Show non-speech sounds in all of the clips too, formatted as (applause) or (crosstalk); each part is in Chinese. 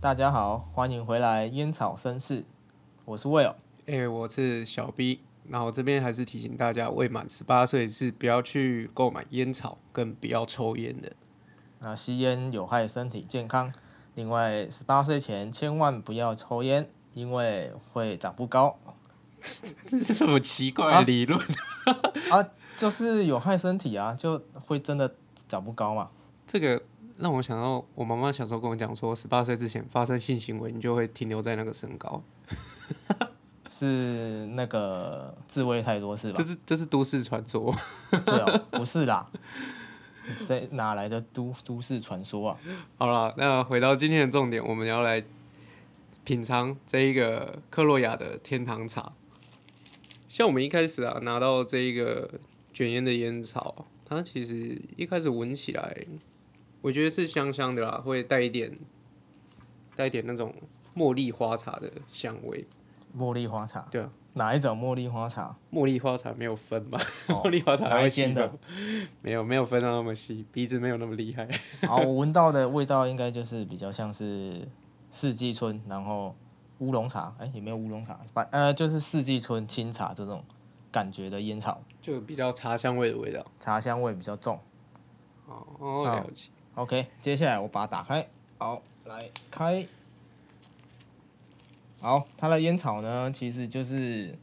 大家好，欢迎回来《烟草绅士》，我是 Will。哎、我是小 B，然后这边还是提醒大家，未满十八岁是不要去购买烟草，跟不要抽烟的。 (laughs) 那吸烟有害身体健康，另外十八岁前千万不要抽烟，因为会长不高这是什么奇怪啊的理论？ (laughs) 啊，就是有害身体啊，就会真的长不高嘛。这个让我想到，我妈妈小时候跟我讲说，十八岁之前发生性行为，你就会停留在那个身高。是那个自慰太多是吧这？是这是都市传说。对哦，不是啦，谁哪来的都都市传说啊？好了，那回到今天的重点，我们要来品尝这一个克洛雅的天堂茶。像我们一开始啊，拿到这一个卷烟的烟草，它其实一开始闻起来，我觉得是香香的啦，会带一点带一点那种茉莉花茶的香味。茉莉花茶，对啊，哪一种茉莉花茶？茉莉花茶没有分吧？哦 (laughs) 茉莉花茶还哪会一间细的分？没有没有分到那么细，鼻子没有那么厉害。好，我闻到的味道应该就是比较像是四季春，然后乌龙茶，哎、有没有乌龙茶？反呃就是四季春清茶这种感觉的烟草，就比较茶香味的味道。茶香味比较重。哦，哦了解。 OK，接下来我把它打开，好，来开。好，它的烟草呢，其实就是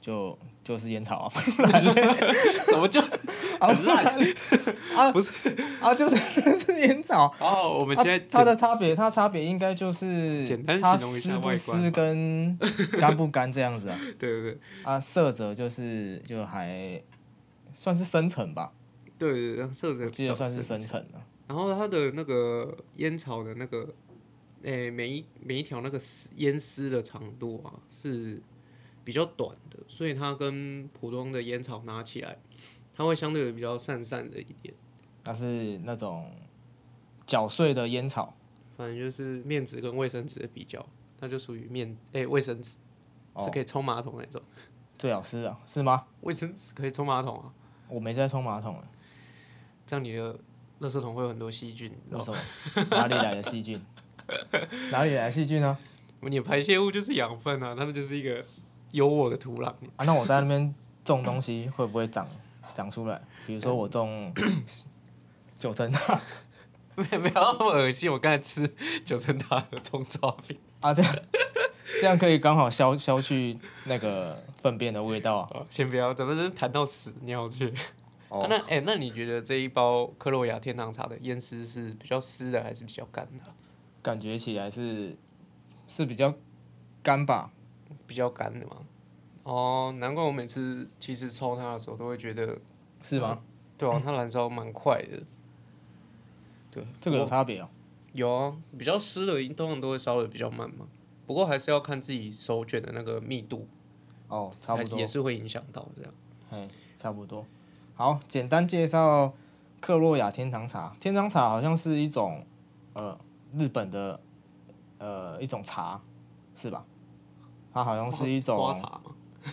就就是烟草啊， (laughs) 不然呢 (laughs) (laughs) 什么叫啊很烂？啊不是，啊就是是 (laughs) 烟草。好，我们啊现在它简的差别，它差别应该就是简单它形容一湿下外不观湿吧跟干不干这样子啊。对对啊，色泽就是就还算是深层吧，对对对，色泽我记得算是深深。层的。然后它的那个烟草的那个，诶、每一每一条那个丝烟丝的长度啊是比较短的，所以它跟普通的烟草拿起来，它会相对的比较散散的一点。它是那种绞碎的烟草，反正就是面纸跟卫生纸的比较，它就属于面诶卫、生纸是哦可以冲马桶那种，最好是啊，是吗？卫、生纸可以冲马桶啊，我没在冲马桶啊，这样你的垃圾桶会有很多细菌，你知道为吗什么？哪里来的细菌？哪里来的细菌呢？你的排泄物就是养分啊，它们就是一个有我的 (laughs) 土壤。啊，那我在那边种东西会不会长长出来？比如说我 (laughs) 种九层塔不要那么恶心，我刚才吃九层塔的葱抓 (laughs) 饼啊，这样 (laughs) 这样可以刚好消消去那个粪便的味道啊。啊，先不要，咱们真是谈到屎尿去。哦啊那哎、那你觉得这一包克洛雅天堂茶的烟丝是比较湿的还是比较干的啊？感觉起来是是比较干吧？比较干的嘛。哦，难怪我每次其实抽它的时候都会觉得，是吗？对啊，它燃烧蛮快的。对，这个有差别哦。有啊，比较湿的通常都会烧的比较慢嘛，不过还是要看自己手卷的那个密度，哦，差不多还，也是会影响到这样。哎，差不多。好，简单介绍克洛雅天堂茶。天堂茶好像是一种呃日本的呃一种茶，是吧？它好像是一种花茶嘛，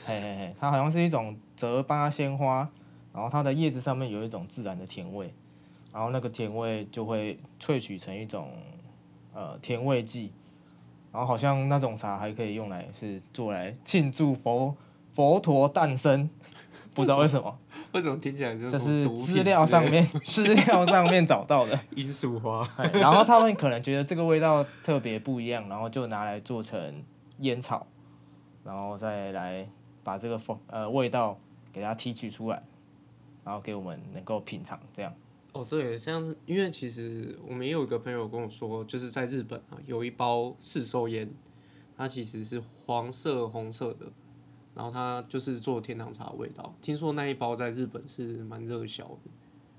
嘿嘿嘿，它好像是一种折巴鲜花，然后它的叶子上面有一种自然的甜味，然后那个甜味就会萃取成一种呃甜味剂，然后好像那种茶还可以用来是做来庆祝佛佛陀诞生，不知道为什么，为什么听起来就这什是么毒品资料上之类面资料上面找到的。的罂粟花？哎 (laughs) 然后他们可能觉得这个味道特别不一样，然后就拿来做成烟草，然后再来把这个风呃味道给它提取出来，然后给我们能够品尝。这样哦，对，像是因为其实我们也有一个朋友跟我说，就是在日本啊，有一包市售烟，它其实是黄色、红色的，然后它就是做天堂茶的味道。听说那一包在日本是蛮热销的，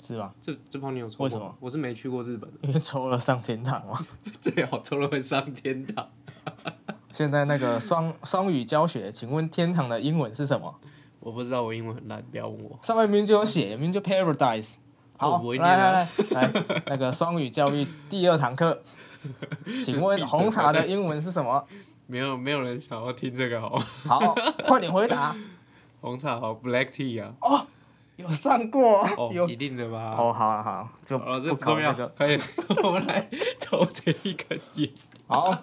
是吧？这这包你有抽过为什吗？我是没去过日本， (laughs) 啊因为抽了上天堂嘛。 (laughs) 最好抽了会上天堂。 (laughs) 现在那个双双语教学，请问天堂的英文是什么？我不知道，我英文很烂，不要问我。上面明明就有写，明明就 paradise。哦好，我一定来来来来，那个双语教育第二堂课，请 (laughs) 问红茶的英文是什么？没有没有人想 (laughs) 要听这个好吗？哦 (laughs) 好，快点回答。红茶好，black tea 啊。哦，有上过，哦有，一定的吧。哦，好了好，就好了，不这不考重这要，个。可以。 (laughs) 我们来抽这一根烟。 (laughs) 好，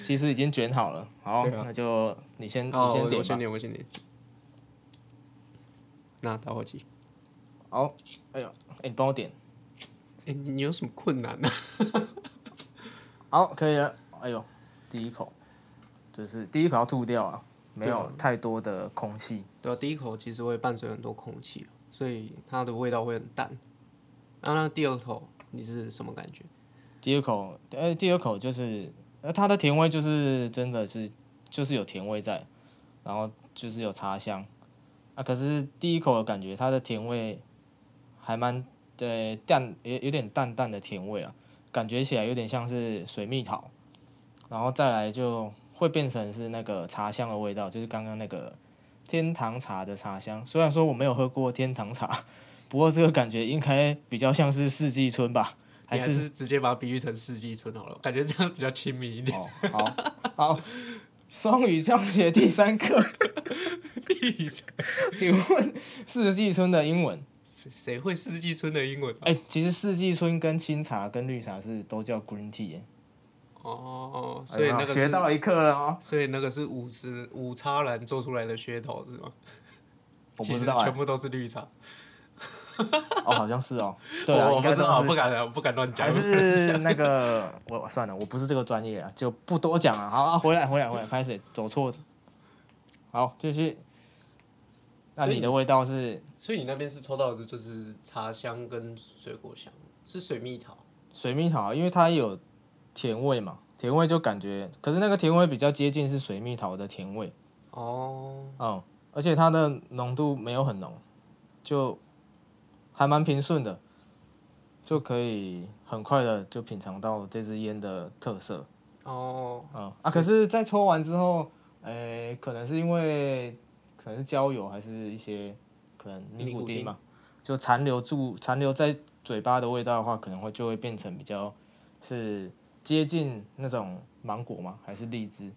其实已经卷好了。好，对啊那就 (laughs) 你先好，你我先我点先吧。点，我先点。那打火机，好，哎呦，哎，你帮我点。哎、你你有什么困难啊呢、好，可以了。哎呦，第一口，就是第一口要吐掉啊，没有对啊太多的空气。 (laughs) 对啊，第一口其实会伴随很多空气，所以它的味道会很淡。那、那第二口你是什么感觉？第二口，呃，第二口就是，呃，它的甜味就是真的是就是有甜味在，然后就是有茶香，啊，可是第一口的感觉它的甜味还蛮呃淡，有有点淡淡的甜味啊，感觉起来有点像是水蜜桃，然后再来就会变成是那个茶香的味道，就是刚刚那个天堂茶的茶香。虽然说我没有喝过天堂茶，不过这个感觉应该比较像是四季春吧，还你还是是直接把它比喻成四季春好了，感觉这样比较亲民一点。哦，好，好，双语教学第三课， (laughs) 闭嘴请问四季春的英文？谁谁会四季春的英文、啊？哎、其实四季春跟清茶跟绿茶是都叫 green tea，耶哦，所以那个是哎学到了一课了哦。所以那个是五十五叉兰做出来的噱头是吗？我其不实知道哎、全部都是绿茶。哦，好像是 (laughs) 哦，对啊，我我应不该知道，都不是。敢了，我不敢乱讲还。是那个我算了，我不是这个专业啊，就不多讲了。好啊，回来回来回来，开始走错。好，继续。那所以你的味道是所以你那边是抽到的就是茶香跟水果香，是水蜜桃。水蜜桃，因为它有甜味嘛，甜味就感觉，可是那个甜味比较接近是水蜜桃的甜味，哦，嗯，而且它的浓度没有很浓，就还蛮平顺的，就可以很快的就品尝到这支烟的特色，哦，嗯啊，可是，在抽完之后，诶、可能是因为可能是焦油还是一些可能尼尼古古丁丁嘛，就残留住残留在嘴巴的味道的话，可能会就会变成比较是接近那种芒果吗？还是荔枝？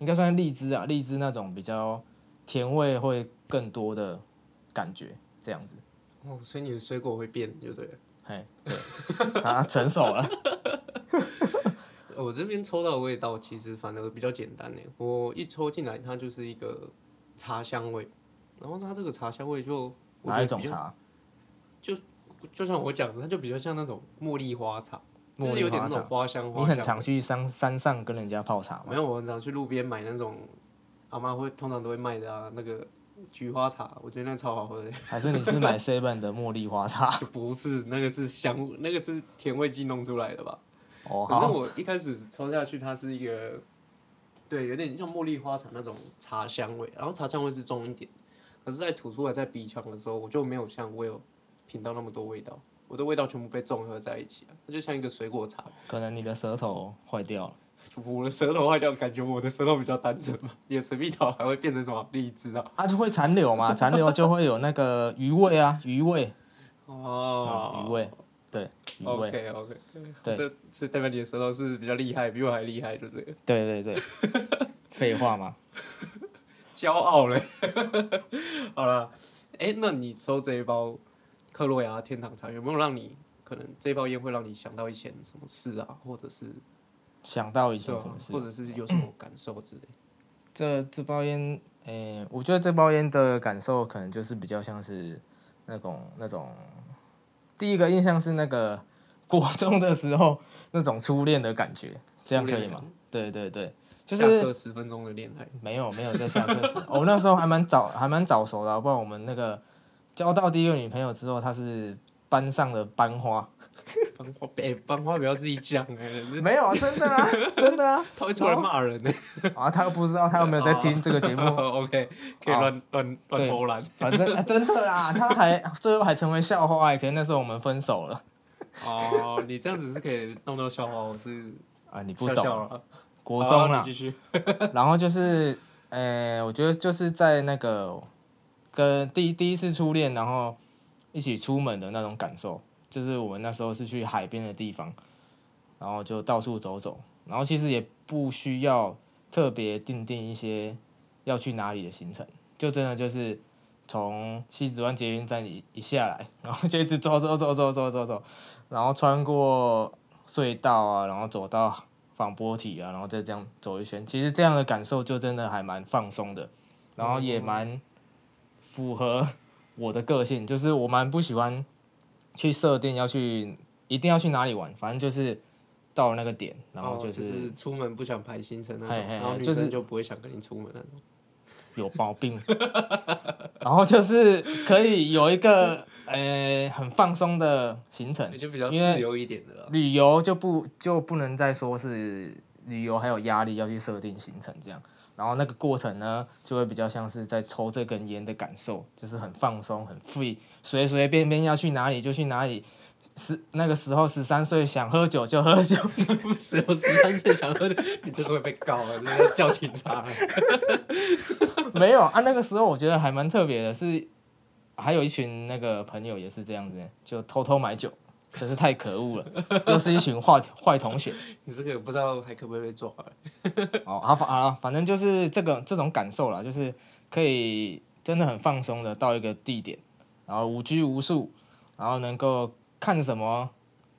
应该算是荔枝啊，荔枝那种比较甜味会更多的感觉，这样子。哦，所以你的水果会变，对不对了？嘿， (laughs) 对，它成熟了。呃我这边抽到的味道其实反而比较简单呢，欸我一抽进来它就是一个茶香味，然后它这个茶香味就我觉哪得一种比较茶？就像我讲的，它就比较像那种茉莉花茶，就茉是莉有点花那茶种花香花你很香常去山山上跟人家泡茶吗？没有，我很常去路边买那种阿妈会通常都会卖的啊，那个菊花茶，我觉得那超好喝的。还是你是买 Seven 的茉莉花茶？就不是那个是香，那个是甜味剂弄出来的吧？哦，反正好，我一开始抽下去，它是一个，对，有点像茉莉花茶那种茶香味，然后茶香味是重一点，可是，在吐出来在鼻腔的时候，我就没有像我有品到那么多味道，我的味道全部被综合在一起了，它就像一个水果茶。可能你的舌头坏掉了。我的舌头坏掉，感觉我的舌头比较单纯嘛，你的水蜜桃还会变成什么荔枝啊？啊，就会残留嘛，残留就会有那个余味啊，余味，哦，嗯余味，对，余味， OK OK，对这这代表你的舌头是比较厉害，比我还厉害，对不对？对对对，废话嘛， (laughs) 骄傲嘞。好啦，哎、那你抽这一包克洛雅天堂茶，有没有让你可能这包烟会让你想到以前什么事啊，或者是想到以对前啊什么事或，者是有什么感受之类的？这这包烟，诶、我觉得这包烟的感受可能就是比较像是那种那种，第一个印象是那个 (laughs) 国中的时候那种初恋的感觉，这样可以吗初对恋？对对，就下是课十分钟的恋爱， (laughs) 没有没有在下课时，我、们那时候还蛮早还蛮早熟的啊、不然我们那个交到第一个女朋友之后，她是班上的班花，班花哎、班花不要自己讲哎、没有啊，真的啊，真的啊， (laughs) 他会出来骂人呢、啊，她又不知道，她又没有在听这个 (laughs) 节目， OK，可以好乱乱乱对偷懒。 (laughs) 反正、啊真的啊，她还最后还成为校花、欸，可是那时候我们分手了哦，你这样子是可以弄到笑话，我是啊，你不笑懂，笑了。国好中啊你啦继，续。然后就是，呃，我觉得就是在那个跟第一第一次初恋，然后一起出门的那种感受，就是我们那时候是去海边的地方，然后就到处走走，然后其实也不需要特别定定一些要去哪里的行程，就真的就是从西子湾捷运站一一下来， (laughs) 然后就一直走走走走走走走，然后穿过隧道啊，然后走到防波堤啊，然后再这样走一圈。其实这样的感受就真的还蛮放松的，然后也蛮符合我的个性，就是我蛮不喜欢去设定要去一定要去哪里玩，反正就是到了那个点，然后哦就是是出门不想排行程那嘿种，嘿嘿然后女就是生就不会想跟你出门那种。有毛病， (laughs) 然后就是可以有一个呃很放松的行程也，就比较因为自由一点的啦。旅游就不就不能再说是旅游还有压力要去设定行程这样，然后那个过程呢就会比较像是在抽这根烟的感受，就是很放松很 free，随随便便要去哪里就去哪里。十那个时候十三岁想喝酒就喝酒， (laughs) 不是，我十三岁想喝的，你这个会被告啊！真的叫警察啊。 (laughs) 没有啊，那个时候我觉得还蛮特别的是，还有一群那个朋友也是这样子，就偷偷买酒，真是太可恶 (laughs) 了，又是一群坏坏同学。你这个不知道还可不可以被抓啊？哦，好反啊，反正就是这个这种感受啦，就是可以真的很放松的到一个地点，然后无拘无束，然后能够看什么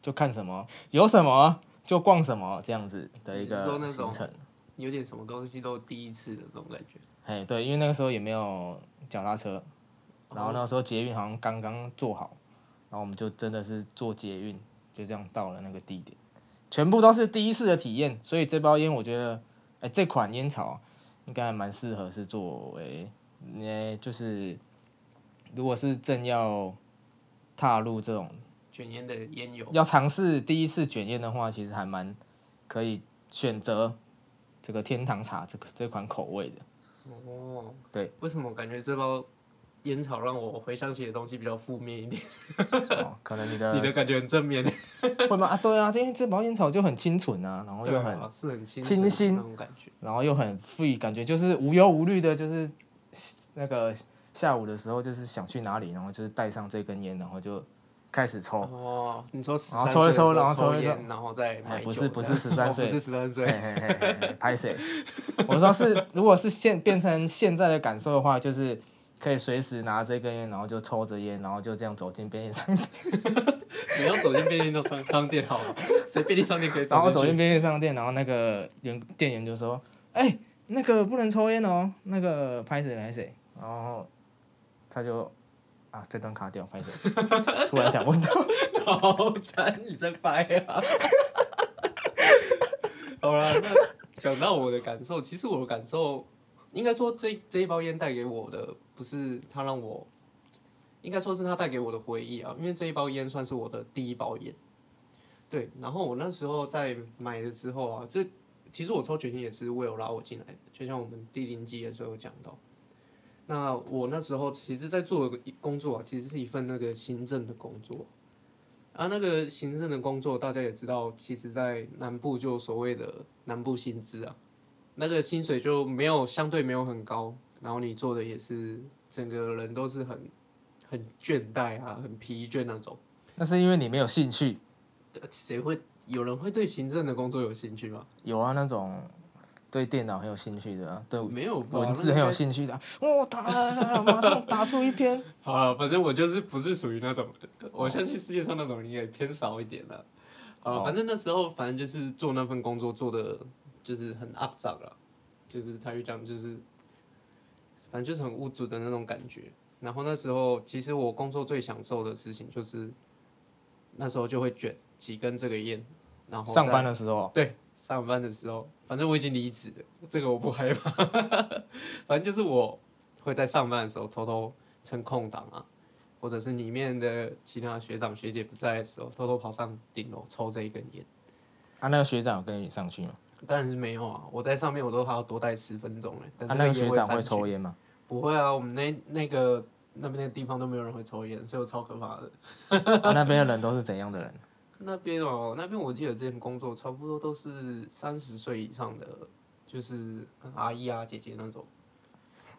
就看什么，有什么就逛什么这样子的一你是说个那行种程。有点什么东西都第一次的那种感觉。哎，对，因为那个时候也没有脚踏车，啊然哦后那个时候捷运好像刚刚做好，然后我们就真的是坐捷运，就这样到了那个地点，全部都是第一次的体验，所以这包烟我觉得，哎，这款烟草应该还蛮适合是作为，呃，就是如果是正要踏入这种卷烟的烟油，要尝试第一次卷烟的话，其实还蛮可以选择这个天堂茶这个这款口味的。哦，对，为什么感觉这包烟草让我回想起的东西比较负面一点？哦，可能你的 (laughs) 你的感觉很正面， (laughs) 会吗？啊，对啊，因为这毛烟草就很清纯啊，然后对又啊很，是很清清纯的新那种感觉。然后又很 free，感觉就是无忧无虑的，就是那个下午的时候，就是想去哪里，然后就是带上这根烟，然后就开始 (laughs) 抽。哦，你说十然后三抽一岁的时候抽然后抽一抽烟，然后再哎买不酒是的不是13哦岁不是十 (laughs) 三嘿岁，嘿嘿嘿嘿，拍谁？ (laughs) 我说是，如果是现变成现在的感受的话，就是可以随时拿这根烟，然后就抽着烟，然后就这样走进便利商店，你要走进便利店商商店好了，谁便利商店可以走？然后走进便利商店，然后那个员店员就说：“哎、那个不能抽烟哦，那个拍谁拍谁。”然后他就啊，这段卡掉，拍谁？突然想问到， (laughs) 好惨，你在拍啊！好啦，那讲到我的感受，其实我的感受，应该说这这一包烟带给我的，不是它让我，应该说是它带给我的回忆啊，因为这一包烟算是我的第一包烟。对，然后我那时候在买的时候啊，这其实我抽全新也是 Will 拉我进来的，就像我们第零集的时候有讲到。那我那时候其实，在做的工作啊，其实是一份那个行政的工作。啊，那个行政的工作，大家也知道，其实，在南部就所谓的南部薪资啊，那个薪水就没有相对没有很高，然后你做的也是整个人都是很很倦怠啊，很疲倦那种。那是因为你没有兴趣。呃谁会有人会对行政的工作有兴趣吗？有啊，那种对电脑很有兴趣的、啊，对没有吧？文那字个很有兴趣的、啊，哦，打了打了，马上打出一篇。好啊，反正我就是不是属于那种人，我相信世界上那种人也偏少一点了。啊，哦反正那时候反正就是做那份工作做的就是很肮脏了，就是他就讲就是，反正就是很无助的那种感觉。然后那时候其实我工作最享受的事情就是，那时候就会卷几根这个烟， (laughs) 然后上再班的时候，对，上班的时候，反正我已经离职了，这个我不害怕。 (laughs) 反正就是我会在上班的时候偷偷趁空档啊，或者是里面的其他学长学姐不在的时候，偷偷跑上顶楼抽这一根烟。啊，那个学长有跟你上去吗？当然是没有啊，我在上面我都还要多待十分钟哎、啊但，是那个烟学长散会去 (laughs) 抽烟吗？不会啊，我们那那个那边那个地方都没有人会抽烟，所以我超可怕的。啊，那边的人都是怎样的人？那边哦，那边我记得之前工作差不多都是三十岁以上的，就是阿姨啊、姐姐那种。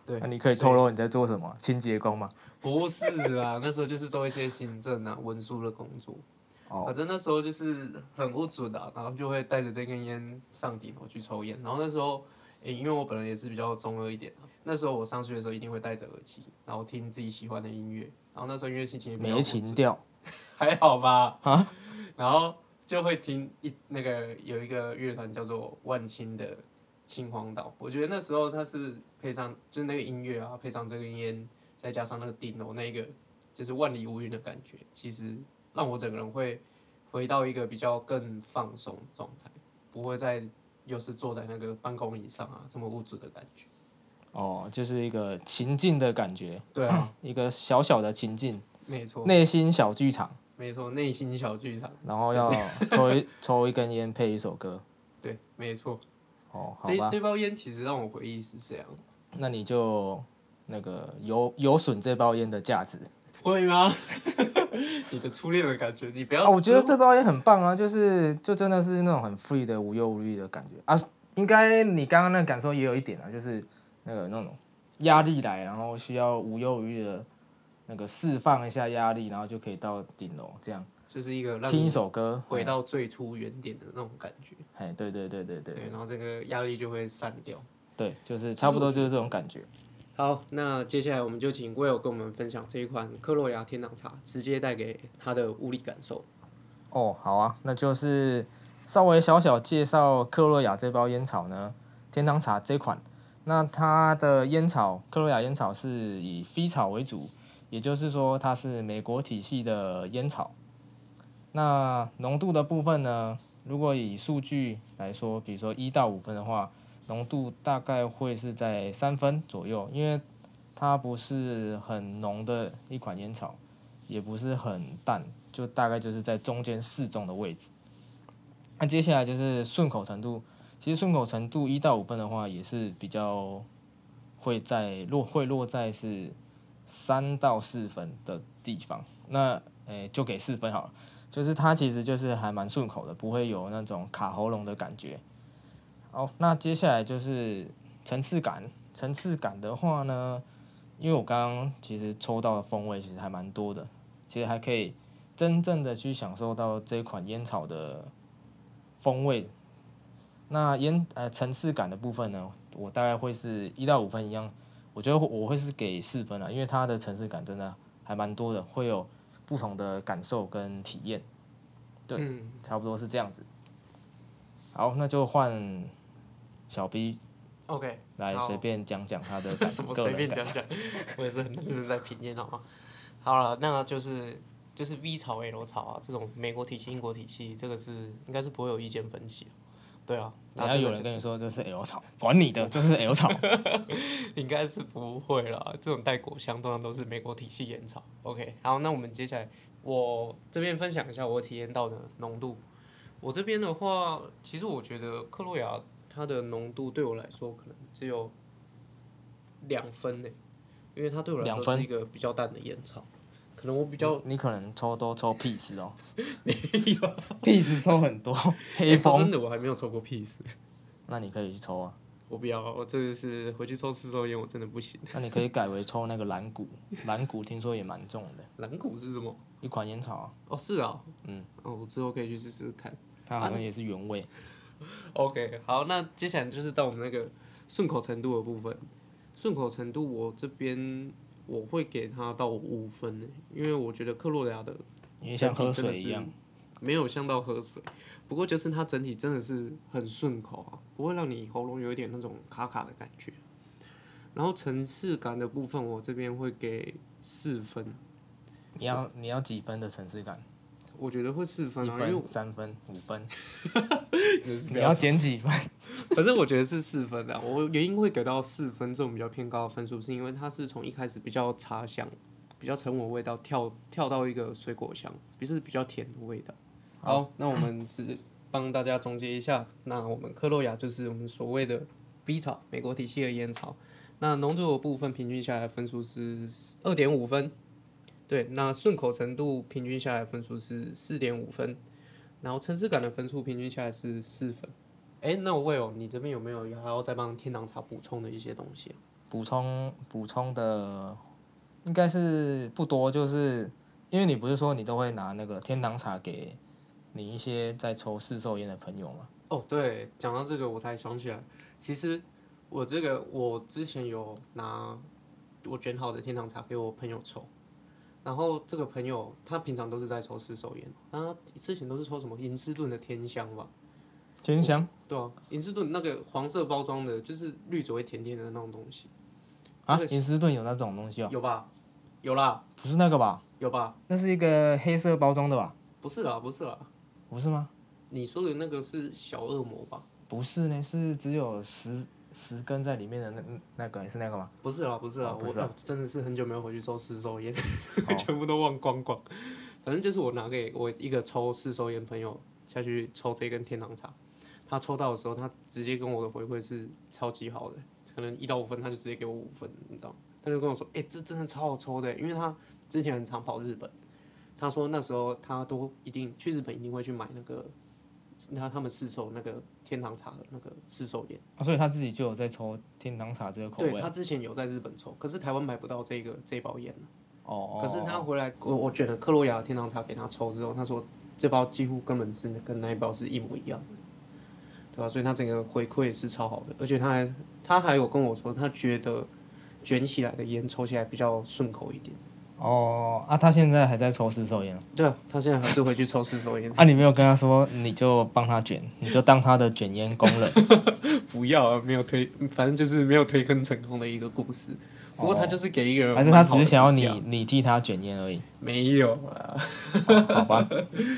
对，啊那、你可以所透露你在做什么？清洁工吗？不是啊，那时候就是做一些行政啊、文书的工作。哦，反正那时啊候就是很不准的、然后就会带着这根烟上顶楼去抽烟。然后那时候诶、因为我本人也是比较中二一点、啊，那时候我上学的时候一定会戴着耳机，然后听自己喜欢的音乐，然后那时候因为心情也比较没情调 (laughs) 还好吧，啊，然后就会听一那个有一个乐团叫做万青的《青黄岛》，我觉得那时候它是配上就是那个音乐啊，配上这根烟，再加上那个顶楼那个就是万里无云的感觉，其实让我整个人会回到一个比较更放松的状态，不会再又是坐在那个办公椅上啊这么无助的感觉。哦，就是一个情境的感觉，(coughs) 对啊，一个小小的情境，没错，内心小剧场，没错，内心小剧场，然后 (laughs) 要抽一抽一根烟配一首歌，对，没错。哦，好这吧，这包烟其实让我回忆是这样，那你就那个有有损这包烟的价值会吗？ (laughs) 你的初恋的感觉，你不要、啊，我觉得这包烟很棒啊，就是就真的是那种很 free 的无忧无虑的感觉啊，应该你刚刚那个感受也有一点啊，就是那个那种压力来，然后需要无忧无虑的。那个释放一下压力，然后就可以到顶楼，这样就是一个让听一你首歌，回到最初原点的那种感觉，哎，对对对对对对，然后这个压力就会散掉。对，就是差不多就是这种感觉。好，那接下来我们就请 Will 跟我们分享这一款克洛雅天堂茶直接带给他的物理感受。哦，好啊，那就是稍微小小介绍克洛雅这包烟草呢，天堂茶这款。那它的烟草，克洛雅烟草是以飞草为主，也就是说它是美国体系的烟草。那浓度的部分呢，如果以数据来说，比如说一到五分的话，浓度大概会是在三分左右，因为它不是很浓的一款烟草，也不是很淡，就大概就是在中间适中的位置。那接下来就是顺口程度，其实顺口程度一到五分的话，也是比较会在落会落在是三到四分的地方。那诶、就给四分好了，就是它其实就是还蛮顺口的，不会有那种卡喉咙的感觉。好，那接下来就是层次感，层次感的话呢，因为我刚刚其实抽到的风味其实还蛮多的，其实还可以真正的去享受到这款烟草的风味。那烟呃层次感的部分呢，我大概会是一到五分一样，我觉得我会是给四分了，因为它的层次感真的还蛮多的，会有不同的感受跟体验，对嗯，差不多是这样子。好，那就换小 B (laughs) ，OK，来好随便讲讲他的感 (laughs) 什么个随人便感讲讲， (laughs) 我也是很认真在品鉴，好吗？好了，那就是就是 V 槽 L 槽啊，这种美国体系、英国体系，这个是应该是不会有意见分歧的，对啊。然那后这有个就人是跟你说这是 L 草，管你的，这是 L (laughs) 草。应该是不会啦，这种带果香通常都是美国体系烟草。OK，好，那我们接下来我这边分享一下我体验到的浓度。我这边的话，其实我觉得克洛雅它的浓度对我来说可能只有两分呢、因为它对我来两说是一个比较淡的烟草，可能我比较 (laughs) 你可能抽都抽 p e c (laughs) 哦没有。 p e c 抽 (laughs) 很多黑诶说风，真的，我还没有抽过 Peace，那你可以去抽啊，我不要，我真的是回去抽四抽烟，我真的不行。那你可以改为抽那个蓝谷，蓝谷听说也蛮重的，蓝谷是什么？一款烟草啊，哦，是啊，嗯，哦，我之后可以去试试看。它好像也是原味。 OK，好，那接下来就是到我们那个顺口程度的部分。顺口程度，我这边我会给它到五分欸，因为我觉得克洛雅的因为像喝水一样，没有像到喝水，不过就是它整体真的是很顺口啊，不会让你喉咙有一点那种卡卡的感觉。然后层次感的部分，我这边会给四分，你要你要几分的层次感？我觉得会四分一啊，因为我分、三分、五分，真是你要减几分？ (laughs) 反正我觉得是四分的。我原因会给到四分这种比较偏高的分数，是因为它是从一开始比较茶香、比较沉稳的味道跳跳到一个水果香，不是比较甜的味道。好，那我们只帮大家总结一下，那我们科洛雅就是我们所谓的 B 草，美国体系的烟草。那浓度的部分平均下来分数是二点五分，对，那顺口程度平均下来分数是四点五分，然后层次感的分数平均下来是四分。哎，那我问哦，你这边有没有还要再帮天堂茶补充的一些东西啊？补充补充的应该是不多，就是因为你不是说你都会拿那个天堂茶给你一些在抽市售烟的朋友吗？哦，对，讲到这个我才想起来，其实我这个我之前有拿我卷好的天堂茶给我朋友抽，然后这个朋友他平常都是在抽四手烟，他之前都是抽什么银之顿的天香吧，天香对啊，银之顿那个黄色包装的，就是绿着会甜甜的那种东西，啊那，个银斯顿有那种东西哦，有吧？有啦，不是那个吧？有吧？啊那是一个黑色包装的吧？不是啦，不是啦，不是吗？你说的那个是小恶魔吧？不是呢，是只有十十根在里面的那那个 (laughs) 是那个吗？不是啦，不是啦，哦不我、是啊呃真的是很久没有回去抽四手烟，全部都忘光光。反正就是我拿给我一个抽四手烟朋友下去抽这根天堂茶，他抽到的时候，他直接跟我的回馈是超级好的，可能一到五分他就直接给我五分，你知道吗？他就跟我说，哎、这真的超好抽的，因为他之前很常跑日本，他说那时候他都一定去日本一定会去买那个，那他们试抽那个天堂茶的那个试抽烟。啊，所以他自己就有在抽天堂茶这个口对味。他之前有在日本抽，可是台湾买不到这个这包烟。哦，可是他回来，我我卷了克洛雅的天堂茶给他抽之后，他说这包几乎根本是跟那一包是一模一样的，对吧、所以他整个回馈是超好的，而且他还他还有跟我说，他觉得卷起来的烟抽起来比较顺口一点。哦啊，他现在还在抽四手烟。对啊，他现在还是回去抽四手烟。啊，你没有跟他说，你就帮他卷，你就当他的卷烟工 (laughs) 人。 (laughs) 不要啊，没有推，反正就是没有推坑成功的一个故事。哦不过他就是给一个还是他蛮只好的是想要评你价你替他卷烟而已？没有啊？好吧，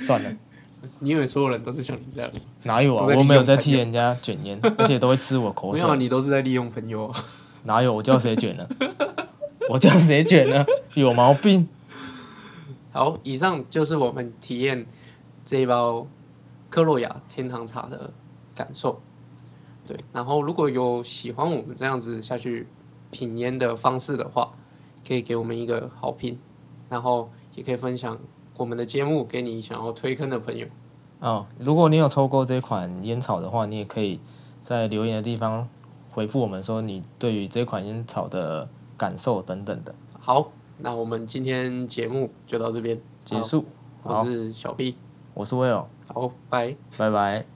算了， (laughs) 你以为所有人都是像你这样？哪有啊？我没有在替人家卷烟，而且都会吃我口 (laughs) 没水有、。啊，你都是在利用朋友啊。哪有？我叫谁卷呢？我叫谁卷呢？ (laughs) 有毛病！ (laughs) 好，以上就是我们体验这一包科洛雅天堂茶的感受。对，然后如果有喜欢我们这样子下去品烟的方式的话，可以给我们一个好评，然后也可以分享我们的节目给你想要推坑的朋友。哦，如果你有抽过这款烟草的话，你也可以在留言的地方回复我们说你对于这款烟草的感受等等的。好，那我们今天节目就到这边结束，好我是小 B，我是 Will，好，拜。拜拜。